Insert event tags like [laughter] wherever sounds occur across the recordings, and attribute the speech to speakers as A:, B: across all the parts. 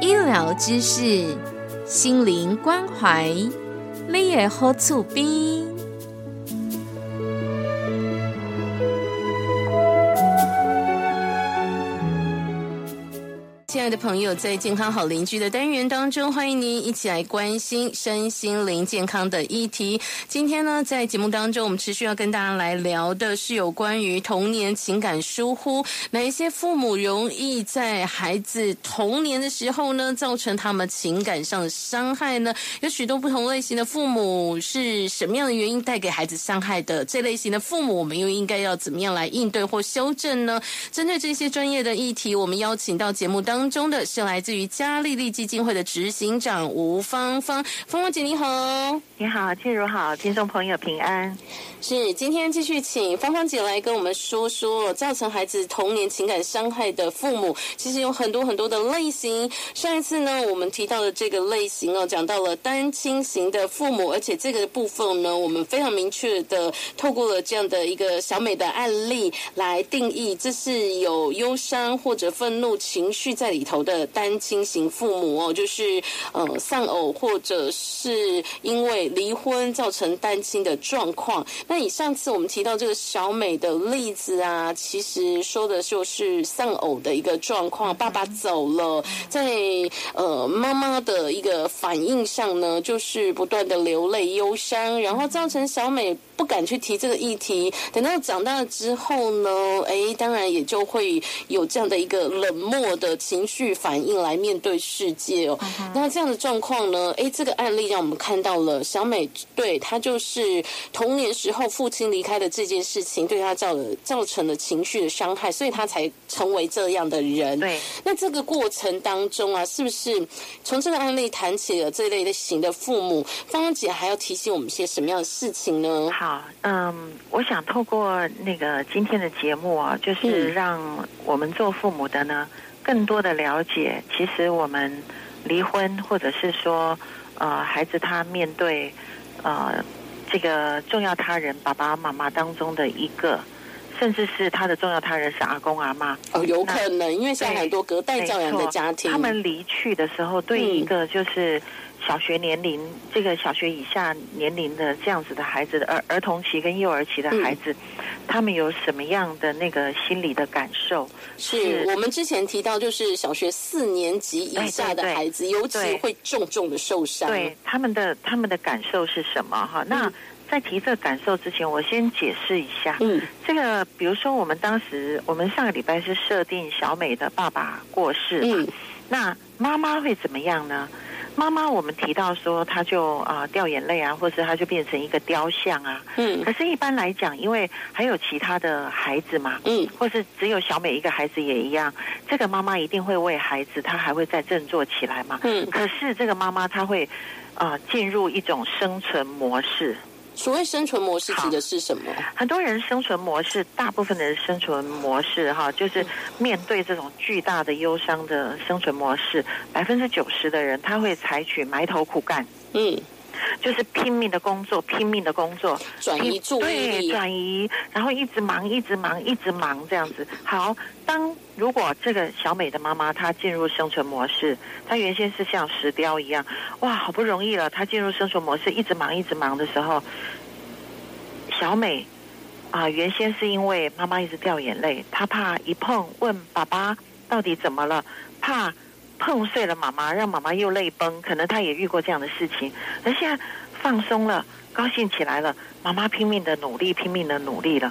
A: 医疗知识，心灵关怀，你的好厝边。亲爱的朋友，在健康好邻居的单元当中，欢迎您一起来关心身心灵健康的议题。今天呢，在节目当中，我们持续要跟大家来聊的是有关于童年情感疏忽，哪一些父母容易在孩子童年的时候呢，造成他们情感上的伤害呢？有许多不同类型的父母是什么样的原因带给孩子伤害的？这类型的父母，我们又应该要怎么样来应对或修正呢？针对这些专业的议题，我们邀请到节目当中的是来自于嘉利利基金会的执行长吴芳芳，芳芳姐你好。
B: 你好，静茹好，听众朋友平安。
A: 是，今天继续请芳芳姐来跟我们说说造成孩子童年情感伤害的父母，其实有很多很多的类型。上一次呢，我们提到的这个类型哦，讲到了单亲型的父母，而且这个部分呢，我们非常明确的透过了这样的一个小美的案例来定义，这是有忧伤或者愤怒情绪在里头的单亲型父母哦，就是呃丧偶或者是因为离婚造成单亲的状况。那以上次我们提到这个小美的例子啊，其实说的就是丧偶的一个状况，爸爸走了，在呃妈妈的一个反应上呢，就是不断的流泪忧伤，然后造成小美不敢去提这个议题。等到长大了之后呢，哎，当然也就会有这样的一个冷漠的情绪反应来面对世界哦。那这样的状况呢，哎，这个案例让我们看到了小美，对她就是童年时候父亲离开的这件事情，对她造了造成了情绪的伤害，所以她才成为这样的人。
B: 对，
A: 那这个过程当中啊，是不是从这个案例谈起了这类型的父母？芳芳姐还要提醒我们些什么样的事情呢？
B: 好，嗯，我想透过那个今天的节目啊，就是
A: 嗯
B: 让我们做父母的呢，更多的了解，其实我们离婚或者是说，呃，孩子他面对呃这个重要他人爸爸妈妈当中的一个，甚至是他的重要他人是阿公阿妈，
A: 哦，有可能，因为现在
B: 对
A: 很多隔代
B: 没
A: 教养的
B: 错
A: 家庭，
B: 他们离去的时候，对
A: 嗯
B: 一个就是小学年龄、这个小学以下年龄的这样子的孩子的儿儿童期跟幼儿期的孩子，
A: 嗯
B: 他们有什么样的那个心理的感受？
A: 是
B: 是
A: 我们之前提到，就是小学四年级以下的
B: 对对对
A: 孩子，尤其
B: 对
A: 会重重的受伤。
B: 对他们的他们的感受是什么？哈，那
A: 嗯
B: 在提这个感受之前，我先解释一下，
A: 嗯
B: 这个比如说我们当时我们上个礼拜是设定小美的爸爸过世嘛，
A: 嗯
B: 那妈妈会怎么样呢？妈妈，我们提到说，她就啊、呃掉眼泪啊，或是她就变成一个雕像啊。
A: 嗯
B: 可是，一般来讲，因为还有其他的孩子嘛，
A: 嗯，
B: 或是只有小美一个孩子也一样，这个妈妈一定会为孩子，她还会再振作起来嘛。
A: 嗯，
B: 可是这个妈妈她会啊、呃进入一种生存模式。
A: 所谓生存模式指
B: 好
A: 的是什么？
B: 很多人生存模式，大部分的人生存模式哈，就是面对这种巨大的忧伤的生存模式，百分之九十的人他会采取埋头苦干，
A: 嗯，
B: 就是拼命的工作，拼命的工作，
A: 转移注意
B: 对，
A: 力。
B: 转移，然后一直忙，一直忙，一直忙这样子。好，当如果这个小美的妈妈她进入生存模式，她原先是像石雕一样，哇，好不容易了，她进入生存模式，一直忙，一直忙的时候，小美啊、原先是因为妈妈一直掉眼泪，她怕一碰问爸爸到底怎么了，怕碰碎了妈妈，让妈妈又泪崩，可能她也遇过这样的事情，而现在放松了，高兴起来了，妈妈拼命的努力，拼命的努力了，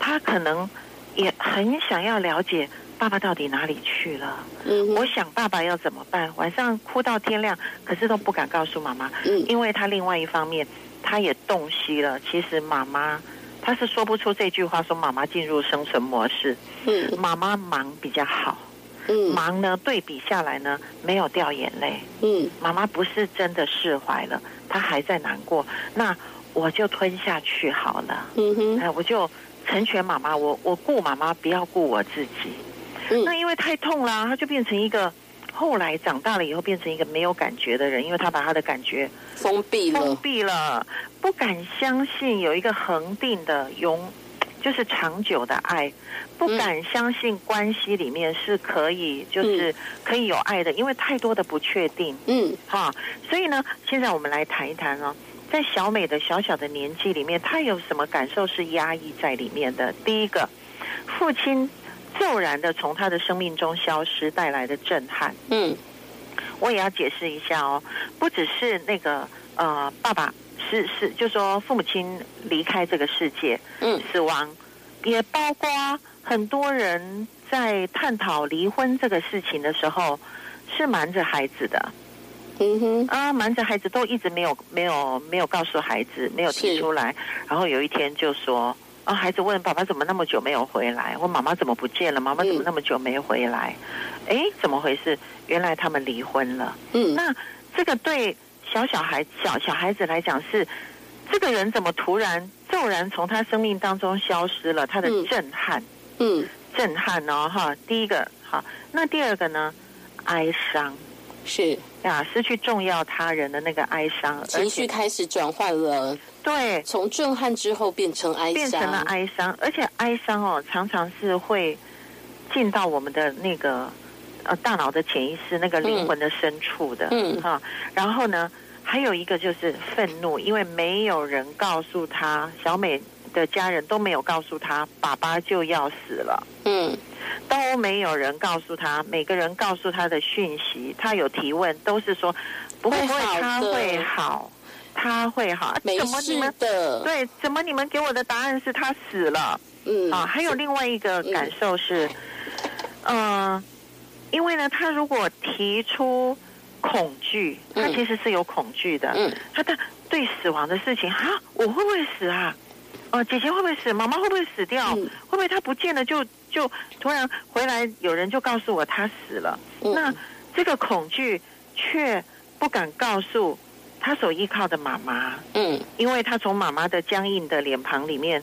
B: 她可能也很想要了解爸爸到底哪里去了。
A: 嗯
B: 我
A: 哼
B: 想爸爸要怎么办？晚上哭到天亮，可是都不敢告诉妈妈，
A: 嗯
B: 因为他另外一方面，他也洞悉了，其实妈妈他是说不出这句话，说妈妈进入生存模式，
A: 嗯
B: 妈妈忙比较好，
A: 嗯
B: 忙呢对比下来呢，没有掉眼泪，
A: 嗯
B: 妈妈不是真的释怀了，她还在难过，那我就吞下去好了，
A: 嗯哼，
B: 哎，我就成全妈妈，我我顾妈妈，不要顾我自己。那
A: 嗯
B: 因为太痛啦，她就变成一个。后来长大了以后，变成一个没有感觉的人，因为她把她的感觉
A: 封闭
B: 封
A: 了，
B: 闭了，不敢相信有一个恒定的永，就是长久的爱，不敢相信关系里面是可以，就是可以有爱的，因为太多的不确定
A: 嗯
B: 哈。啊所以呢，现在我们来谈一谈哦，在小美的小小的年纪里面，她有什么感受是压抑在里面的？第一个，父亲骤然的从她的生命中消失带来的震撼。
A: 嗯
B: 我也要解释一下哦，不只是那个呃，爸爸是是，就说父母亲离开这个世界
A: 嗯
B: 死亡，也包括很多人在探讨离婚这个事情的时候，是瞒着孩子的
A: 嗯哼，
B: 啊，瞒着孩子都一直没有没有没有告诉孩子，没有提
A: 是
B: 出来，然后有一天就说。啊！孩子问爸爸怎么那么久没有回来，或妈妈怎么不见了？妈妈怎么
A: 嗯
B: 那么久没回来？哎、怎么回事？原来他们离婚了。
A: 嗯
B: 那这个对小小孩、小小孩子来讲是，这个人怎么突然骤然从他生命当中消失了？他的
A: 嗯
B: 震撼，
A: 嗯，
B: 震撼哦，哈！第一个好，那第二个呢？哀伤
A: 是
B: 啊，失去重要他人的那个哀伤，而
A: 情绪
B: 且
A: 开始转换了，
B: 对
A: 从震撼之后变成哀
B: 变成了
A: 伤，
B: 哀伤，而且哀伤哦，常常是会进到我们的那个呃大脑的潜意识、那个灵魂的深处的。
A: 嗯
B: 哈、然后呢，还有一个就是愤怒，因为没有人告诉他，小美的家人都没有告诉他，爸爸就要死了，
A: 嗯
B: 都没有人告诉他，每个人告诉他的讯息，他有提问，都是说不会
A: 会
B: 不会，
A: 好
B: 他
A: 的
B: 会好，他会好，啊
A: 没
B: 怎么你
A: 事
B: 们？
A: 的，
B: 对，怎么你们给我的答案是他死了？
A: 嗯
B: 啊，还有另外一个感受是，嗯、因为呢，他如果提出恐惧，他
A: 嗯
B: 其实是有恐惧的，
A: 嗯
B: 他的对死亡的事情啊，我会不会死啊？哦、姐姐会不会死？妈妈会不会死掉？
A: 嗯
B: 会不会他不见了就就突然回来，有人就告诉我他死了？
A: 嗯
B: 那这个恐惧却不敢告诉他所依靠的妈妈。
A: 嗯
B: 因为他从妈妈的僵硬的脸庞里面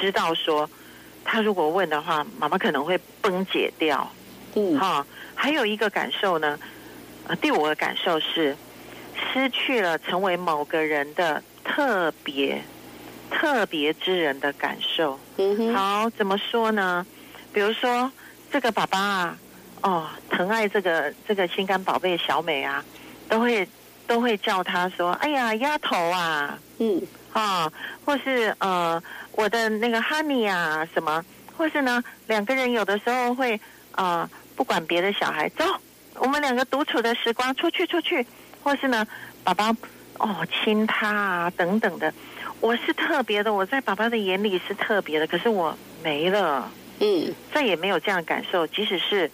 B: 知道说，他如果问的话，妈妈可能会崩解掉
A: 嗯
B: 哈、还有一个感受呢，呃，第五个感受是失去了成为某个人的特别特别之人的感受。
A: 嗯哼，
B: 好，怎么说呢？比如说这个爸爸啊，哦，疼爱这个这个心肝宝贝小美啊，都会都会叫她说：“哎呀，丫头啊。”
A: 嗯
B: 啊，或是呃我的那个 honey 啊什么，或是呢两个人有的时候会呃不管别的小孩，走，我们两个独处的时光，出去出去，或是呢爸爸哦亲他啊等等的，我是特别的，我在爸爸的眼里是特别的，可是我没了，
A: 嗯
B: 再也没有这样的感受，即使是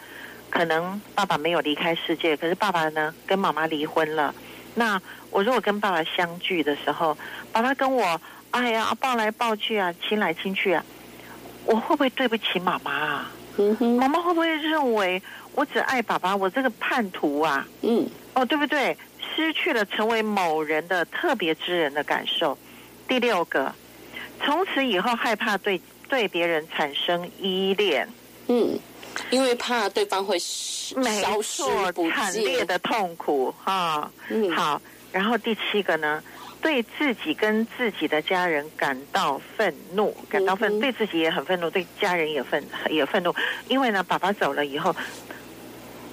B: 可能爸爸没有离开世界，可是爸爸呢跟妈妈离婚了。那我如果跟爸爸相聚的时候，爸爸跟我哎呀抱来抱去啊，亲来亲去啊，我会不会对不起妈妈啊？
A: 嗯哼，
B: 妈妈会不会认为我只爱爸爸，我这个叛徒啊？
A: 嗯
B: 哦，对不对？失去了成为某人的特别之人的感受。第六个，从此以后害怕对对别人产生依恋。
A: 嗯，因为怕对方会消
B: 没
A: 失
B: 错
A: 不，
B: 惨烈
A: 见，
B: 的痛苦哈、
A: 嗯
B: 好，然后第七个呢，对自己跟自己的家人感到愤怒，感到
A: 嗯
B: 愤，
A: 哼
B: 对自己也很愤怒，对家人也愤也愤怒，因为呢，爸爸走了以后，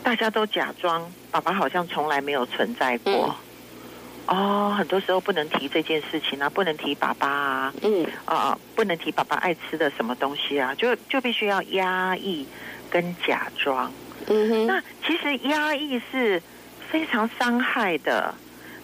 B: 大家都假装爸爸好像从来没有存在
A: 嗯
B: 过。哦，很多时候不能提这件事情啊，不能提爸爸啊，
A: 嗯
B: 啊、不能提爸爸爱吃的什么东西啊，就就必须要压抑跟假装。
A: 嗯哼，
B: 那其实压抑是非常伤害的，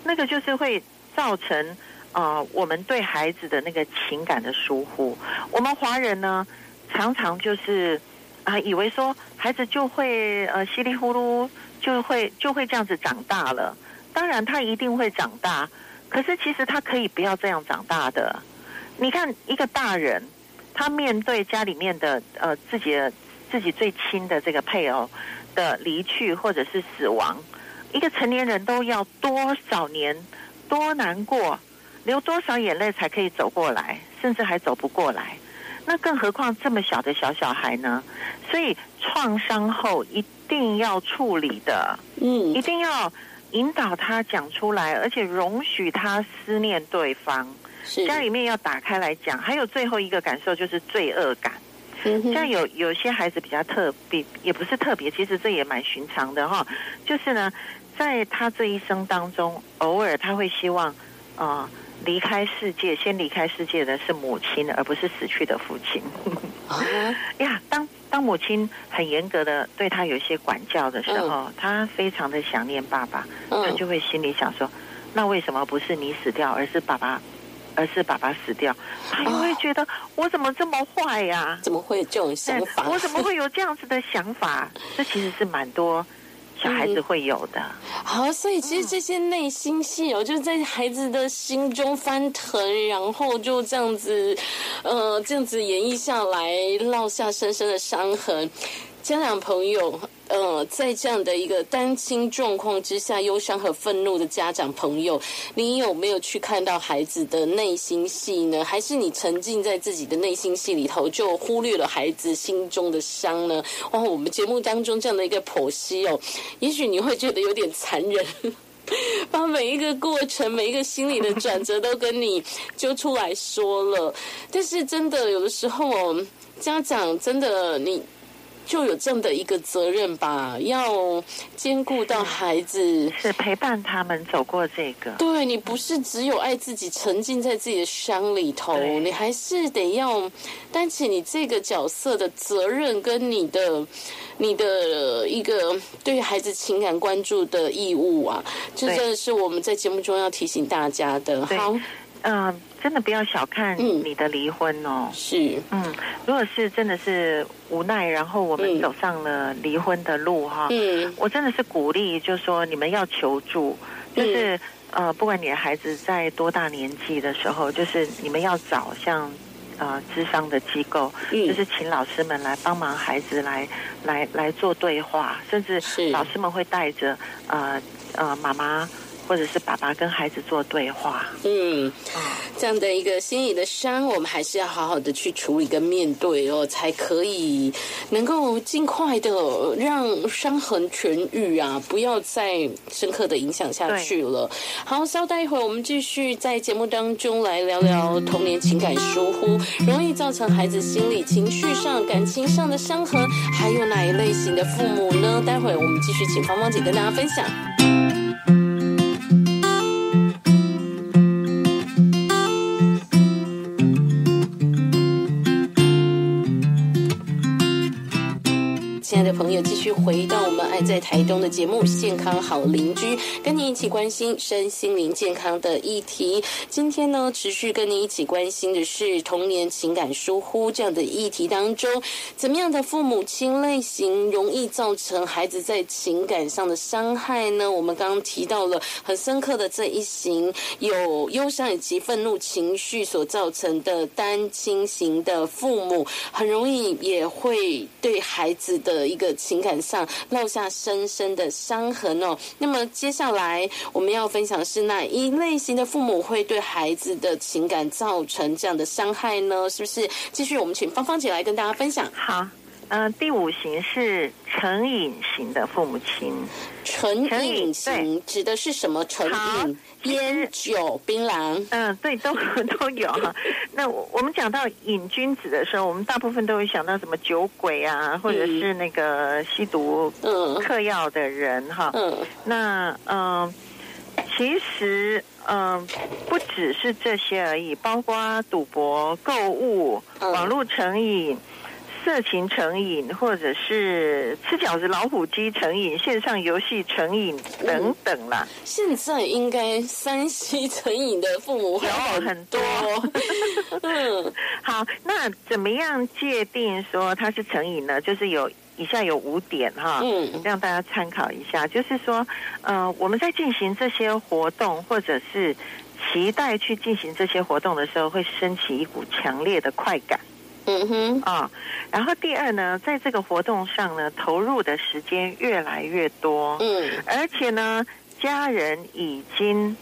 B: 那个就是会造成呃我们对孩子的那个情感的疏忽。我们华人呢，常常就是啊、以为说孩子就会呃稀里糊涂就会就会这样子长大了，当然他一定会长大，可是其实他可以不要这样长大的。你看一个大人，他面对家里面的呃自己的自己最亲的这个配偶的离去或者是死亡，一个成年人都要多少年，多难过，流多少眼泪才可以走过来，甚至还走不过来。那更何况这么小的小小孩呢？所以创伤后一定要处理的，
A: 嗯
B: 一定要引导他讲出来，而且容许他思念对方。
A: 是
B: 家里面要打开来讲。还有最后一个感受就是罪恶感。
A: 嗯哼
B: 像有有些孩子比较特别，也不是特别，其实这也蛮寻常的哈。就是呢，在他这一生当中，偶尔他会希望，啊、离开世界，先离开世界的是母亲，而不是死去的父亲。
A: 啊
B: 呀，当当母亲很严格的对他有一些管教的时候，他非常的想念爸爸，他
A: 嗯
B: 就会心里想说，那为什么不是你死掉，而是爸爸，而是爸爸死掉？他就会觉得、我怎么这么坏呀、
A: 怎么会有这种想法？
B: 哎我怎么会有这样子的想法？ [laughs] 这其实是蛮多小孩子会有的。
A: 好，所以其实这些内心戏哦，就是在孩子的心中翻腾，然后就这样子，呃，这样子演绎下来，烙下深深的伤痕。家长朋友，呃，在这样的一个单亲状况之下，忧伤和愤怒的家长朋友，你有没有去看到孩子的内心戏呢？还是你沉浸在自己的内心戏里头，就忽略了孩子心中的伤呢？哦，我们节目当中这样的一个剖析哦，也许你会觉得有点残忍。 [laughs] 把每一个过程、每一个心理的转折都跟你揪出来说了，但是真的有的时候哦，家长真的你就有这样的一个责任吧，要兼顾到孩子。
B: 是陪伴他们走过这个，
A: 对你不是只有爱自己，沉浸在自己的伤里头，
B: 对
A: 你还是得要担起你这个角色的责任跟你的你的呃一个对孩子情感关注的义务啊，这
B: 对
A: 真的是我们在节目中要提醒大家的。
B: 对
A: 好，
B: 嗯、真的不要小看
A: 嗯
B: 你的离婚哦。
A: 是
B: 嗯，如果是真的是无奈，然后我
A: 嗯
B: 们走上了离婚的路哈，
A: 嗯
B: 我真的是鼓励，就是说你们要求助，就是、呃，不管你的孩子在多大年纪的时候，就是你们要找像呃智商的机构，就
A: 嗯
B: 是请老师们来帮忙孩子来来来做对话，甚至
A: 是
B: 老师们会带着呃呃妈妈或者是爸爸跟孩子做对话。
A: 嗯。
B: 嗯
A: 这样的一个心理的伤，我们还是要好好的去处理跟面对哦，才可以能够尽快的让伤痕痊愈啊，不要再深刻的影响下去了。好，稍待一会儿，我们继续在节目当中来聊聊童年情感疏忽，容易造成孩子心理、情绪上、感情上的伤痕，还有哪一类型的父母呢？待会儿我们继续请芳芳姐跟大家分享。亲爱的朋友，继续回到我们《爱在台东》的节目《健康好邻居》，跟你一起关心身心灵健康的议题。今天呢，持续跟你一起关心的是童年情感疏忽这样的议题当中，怎么样的父母亲类型容易造成孩子在情感上的伤害呢？我们刚刚提到了很深刻的这一型，有忧伤以及愤怒情绪所造成的单亲型的父母，很容易也会对孩子的一个情感上烙下深深的伤痕哦。那么接下来我们要分享的是哪一类型的父母会对孩子的情感造成这样的伤害呢？是不是？继续，我们请芳芳姐来跟大家分享
B: 好，嗯、第五型是成瘾型的父母亲。
A: 成
B: 成
A: 瘾
B: 瘾
A: 型指的是什么？成
B: 好
A: 瘾，
B: 其实
A: 烟酒、槟榔，
B: 嗯，对，
A: [laughs]
B: 都都有哈。那我我们讲到瘾君子的时候，我们大部分都会想到什么酒鬼啊，或者是那个吸毒、
A: 嗯
B: 嗑药的人哈。
A: 嗯
B: 那嗯、呃其实嗯、呃不只是这些而已，包括赌博、购物、
A: 嗯
B: 网络成瘾。色情成瘾，或者是吃饺子、老虎机成瘾、线上游戏成瘾
A: 嗯
B: 等等啦。
A: 现在应该三西成瘾的父母会
B: 有很多
A: 嗯
B: 好，那怎么样界定说它是成瘾呢？就是有以下有五点哈，
A: 嗯
B: 让大家参考一下。就是说，呃，我们在进行这些活动，或者是期待去进行这些活动的时候，会升起一股强烈的快感。
A: 嗯哼，
B: 啊、然后第二呢，在这个活动上呢，投入的时间越来越多，
A: 嗯
B: 而且呢，家人已经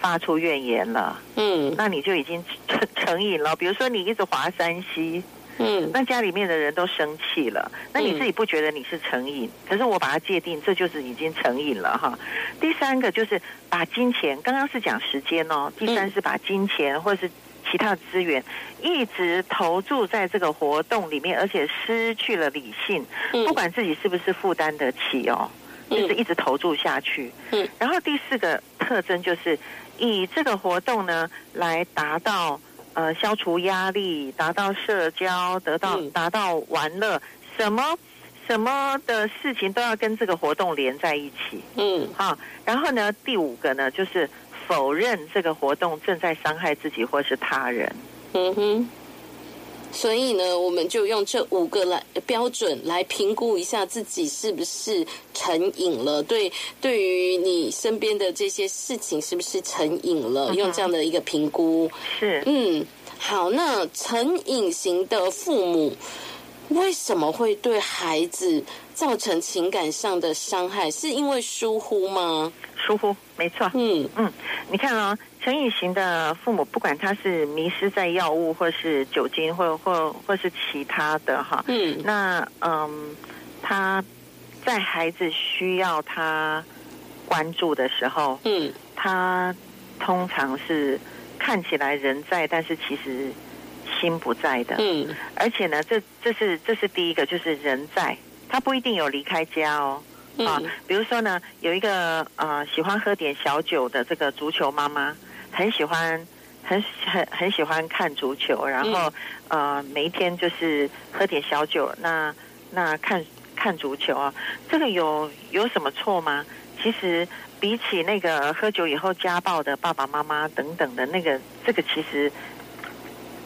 B: 发出怨言了，
A: 嗯
B: 那你就已经成成瘾了。比如说，你一直滑山西，
A: 嗯
B: 那家里面的人都生气了，那你
A: 嗯
B: 自己不觉得你是成瘾？可是我把它界定，这就是已经成瘾了哈。第三个就是把金钱，刚刚是讲时间哦，第
A: 嗯
B: 三是把金钱或是其他资源一直投注在这个活动里面，而且失去了理性，
A: 嗯
B: 不管自己是不是负担得起哦，就是一直投注下去。
A: 嗯，
B: 然后第四个特征就是以这个活动呢来达到呃消除压力，达到社交，得到
A: 嗯
B: 达到玩乐，什么什么的事情都要跟这个活动连在一起
A: 嗯
B: 哈、然后呢，第五个呢就是否认这个活动正在伤害自己或是他人。
A: 嗯哼。所以呢，我们就用这五个来标准来评估一下自己是不是成瘾了，对，对于你身边的这些事情是不是成瘾了，用这样的一个评估。
B: 是，
A: 嗯，好，那成瘾型的父母为什么会对孩子造成情感上的伤害？是因为疏忽吗？
B: 疏忽，没错。
A: 嗯
B: 嗯，你看啊、成瘾型的父母，不管他是迷失在药物，或是酒精，或或或是其他的哈，
A: 嗯
B: 那嗯，他在孩子需要他关注的时候，
A: 嗯
B: 他通常是看起来人在，但是其实心不在的。
A: 嗯
B: 而且呢，这这是这是第一个，就是人在，他不一定有离开家哦。啊
A: 嗯，
B: 比如说呢，有一个呃喜欢喝点小酒的这个足球妈妈，很喜欢。很很很喜欢看足球，然后、
A: 嗯
B: 呃每一天就是喝点小酒，那那看看足球啊，这个有有什么错吗？其实比起那个喝酒以后家暴的爸爸妈妈等等的那个，这个其实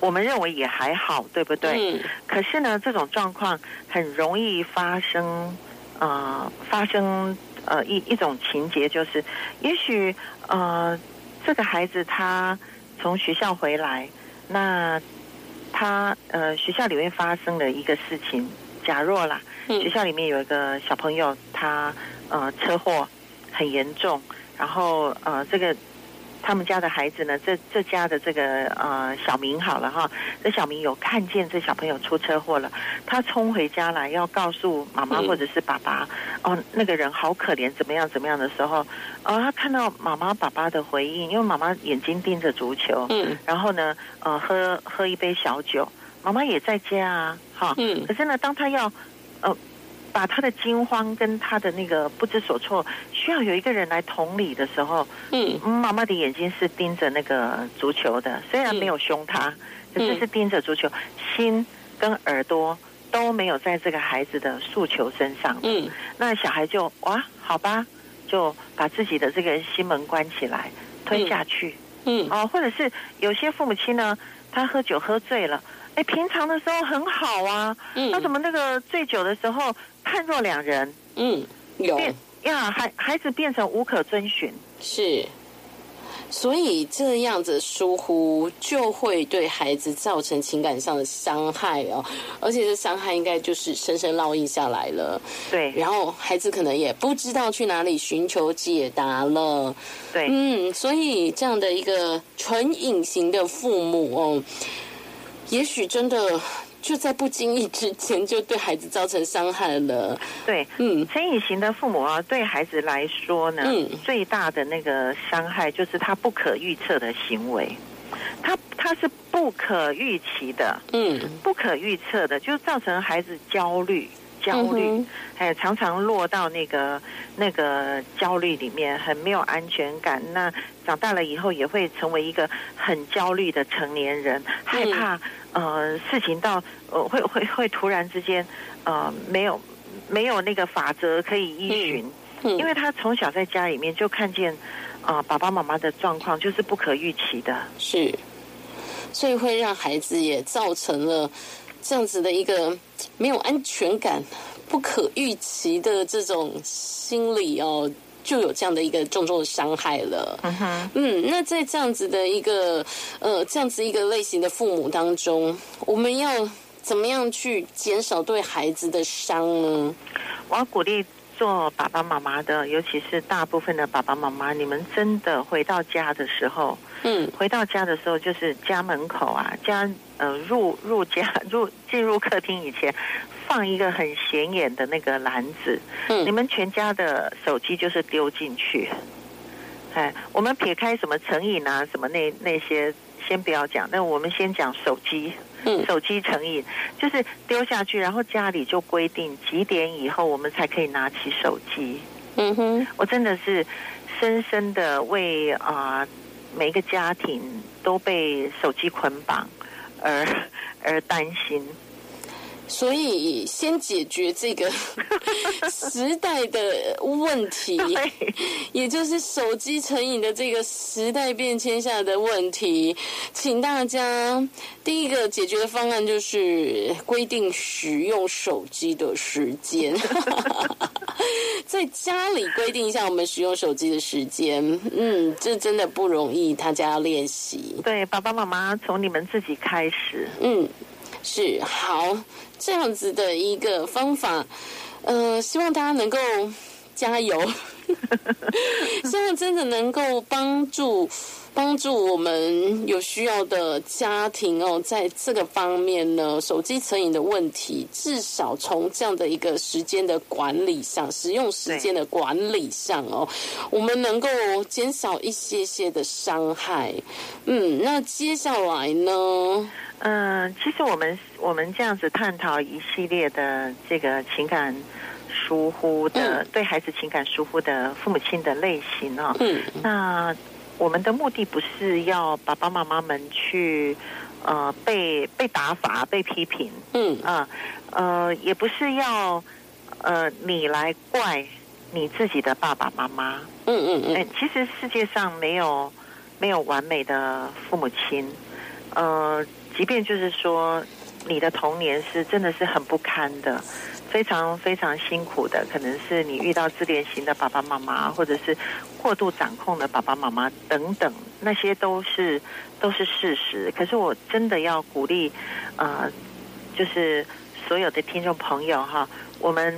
B: 我们认为也还好，对不对？
A: 嗯
B: 可是呢，这种状况很容易发生，呃，发生呃一一种情节，就是也许呃这个孩子他从学校回来，那他呃学校里面发生了一个事情，假若啦，学
A: 嗯
B: 校里面有一个小朋友，他呃车祸很严重，然后呃这个他们家的孩子呢，这这家的这个呃小明好了哈，这小明有看见这小朋友出车祸了，他冲回家来要告诉妈妈
A: 嗯
B: 或者是爸爸，哦那个人好可怜，怎么样怎么样的时候，呃他看到妈妈爸爸的回应，因为妈妈眼睛盯着足球，
A: 嗯
B: 然后呢呃喝喝一杯小酒，妈妈也在家啊，哈，
A: 嗯
B: 可是呢，当他要呃把他的惊慌跟他的那个不知所措，需要有一个人来同理的时候，
A: 嗯
B: 嗯妈妈的眼睛是盯着那个足球的，虽然
A: 嗯
B: 没有凶他，可是是盯着足球，心跟耳朵都没有在这个孩子的诉求身上。
A: 嗯
B: 那小孩就哇，好吧，就把自己的这个心门关起来，推下去。
A: 嗯
B: 哦，或者是有些父母亲呢，他喝酒喝醉了，哎，平常的时候很好啊，
A: 嗯，
B: 那怎
A: 么
B: 么那个醉酒的时候判若两人，
A: 嗯有？
B: 变呀孩孩子变成无可遵循？
A: 是，所以这样子疏忽就会对孩子造成情感上的伤害哦，而且这伤害应该就是深深烙印下来了，
B: 对
A: 然后孩子可能也不知道去哪里寻求解答了。
B: 对，
A: 嗯，所以这样的一个纯隐形的父母哦，也许真的就在不经意之间就对孩子造成伤害了。
B: 对。
A: 嗯
B: 成瘾型的父母啊，对孩子来说呢，
A: 嗯
B: 最大的那个伤害就是他不可预测的行为，他他是不可预期的，
A: 嗯
B: 不可预测的，就造成孩子焦虑，焦虑。
A: 嗯哼
B: 哎，常常落到那个那个焦虑里面，很没有安全感。那长大了以后也会成为一个很焦虑的成年人，害怕
A: 嗯
B: 呃事情到呃会会会突然之间呃没有没有那个法则可以依循，
A: 嗯
B: 因为他从小在家里面就看见啊、呃爸爸妈妈的状况就是不可预期的。
A: 是，所以会让孩子也造成了这样子的一个嘖没有安全感、不可预期的这种心理哦，就有这样的一个重重的伤害了。
B: 嗯哼，
A: 嗯，那在这样子的一个呃这样子一个类型的父母当中，我们要怎么样去减少对孩子的伤呢？
B: 我要鼓励做爸爸妈妈的，尤其是大部分的爸爸妈妈，你们真的回到家的时候，
A: 嗯，
B: 回到家的时候就是家门口啊，家呃入入家 [laughs] 入进入客厅以前，放一个很显眼的那个篮子，
A: 嗯
B: 你们全家的手机就是丢进去。哎，我们撇开什么成瘾啊，什么那那些先不要讲，那我们先讲手机。
A: 嗯
B: 手机成瘾就是丢下去，然后家里就规定几点以后我们才可以拿起手机。
A: 嗯哼，
B: 我真的是深深的为啊、每一个家庭都被手机捆绑而而担心。
A: 所以先解决这个 [laughs] 时代的问
B: [laughs]
A: 题，
B: 对，
A: [laughs] 也就是手机成瘾的这个时代变迁下的问题，请大家第一个解决的方案就是规定使用手机的时间， [laughs] 在家里规定一下我们使用手机的时间。嗯，这真的不容易，大家要练习。
B: 对，爸爸妈妈从你们自己开始。
A: 嗯，是好这样子的一个方法，呃，希望大家能够加油，希望真的能够帮助帮助我们有需要的家庭哦，在这个方面呢，手机成瘾的问题，至少从这样的一个时间的管理上，使用时间的管理上哦，我们能够减少一些些的伤害。嗯，那接下来呢？
B: 嗯、其实我们我们这样子探讨一系列的这个情感疏忽的、对孩子情感疏忽的父母亲的类型哦。
A: 嗯
B: 那我们的目的不是要爸爸妈妈们去呃被被打罚、被批评
A: 嗯
B: 啊、呃，也不是要呃你来怪你自己的爸爸妈妈。
A: 嗯嗯
B: 哎，其实世界上没有没有完美的父母亲，呃，即便就是说你的童年是真的是很不堪的，非常非常辛苦的，可能是你遇到自恋型的爸爸妈妈，或者是过度掌控的爸爸妈妈等等，那些都是都是事实。可是我真的要鼓励，呃，就是所有的听众朋友哈，我们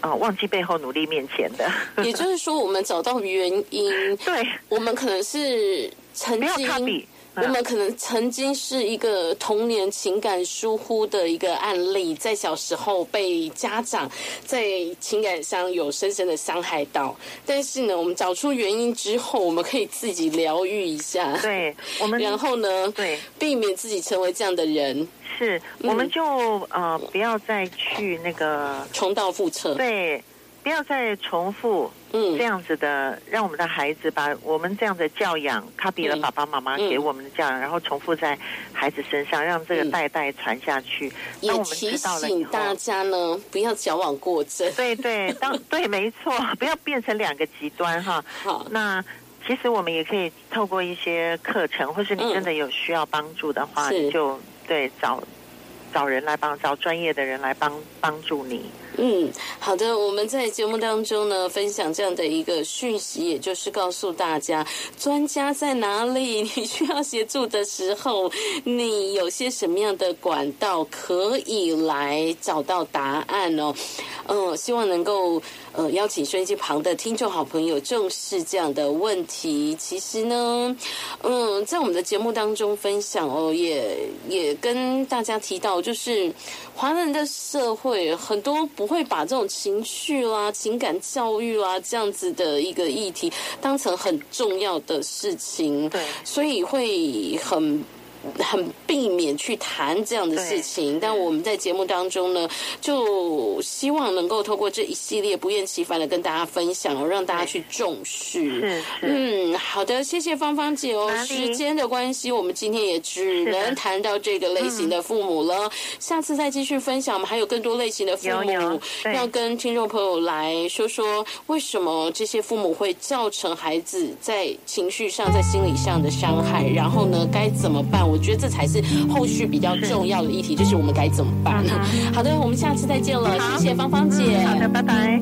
B: 呃忘记背后努力面前的， [laughs]
A: 嗯，也就是说，我们找到原因，
B: 对。
A: 我们可能是曾
B: 不要
A: 经，
B: copy，
A: 我
B: 嗯
A: 们可能曾经是一个童年情感疏忽的一个案例，在小时候被家长在情感上有深深的伤害到，但是呢，我们找出原因之后，我们可以自己疗愈一下，
B: 对，我们
A: 然后呢，
B: 对
A: 避免自己成为这样的人，
B: 是，
A: 嗯
B: 我们就呃不要再去那个
A: 重蹈覆辙。
B: 对，不要再重复
A: 嗯
B: 这样子的，让我们的孩子把我们这样的教养 copy 了
A: 嗯
B: 爸爸妈妈
A: 嗯
B: 给我们的教养，然后重复在孩子身上，让这个
A: 嗯
B: 代代传下去。
A: 也
B: 当我们
A: 提
B: 知道了以
A: 醒
B: 后，
A: 大家呢，不要矫枉过正。
B: 对对，当对没错，不要变成两个极端哈。
A: 好，
B: 那其实我们也可以透过一些课程，或是你真的有需要帮助的话，
A: 嗯是
B: 你就对找找人来帮，找专业的人来帮帮助你。
A: 嗯，好的，我们在节目当中呢，分享这样的一个讯息，也就是告诉大家，专家在哪里， [laughs] 你需要协助的时候，你有些什么样的管道可以来找到答案哦。嗯、希望能够呃邀请收音机旁的听众好朋友重视这样的问题。其实呢，嗯，在我们的节目当中分享哦，也也跟大家提到，就是华人的社会很多不会把这种情绪啦、情感教育啦这样子的一个议题当成很重要的事情，
B: 对
A: 所以会很。很避免去谈这样的事情，但我们在节目当中呢，就希望能够透过这一系列不厌其烦的跟大家分享哦，让大家去重视。
B: 是是，
A: 嗯，好的，谢谢芳芳姐哦
B: 哪。里
A: 时间的关系，我们今天也只
B: 是
A: 能
B: 的
A: 谈到这个类型的父母了。下次再继续分享，我们还有更多类型的父
B: 有
A: 母
B: 有对
A: 要跟听众朋友来说说，为什么这些父母会造成孩子在情绪上、在心理上的伤害，然后呢，该怎么办？我觉得这才是后续比较
B: 是
A: 重要的议题，就是我们该怎么办。好的，我们下次再见了，
B: 嗯好
A: 嗯谢谢芳芳姐。
B: 好的，拜拜。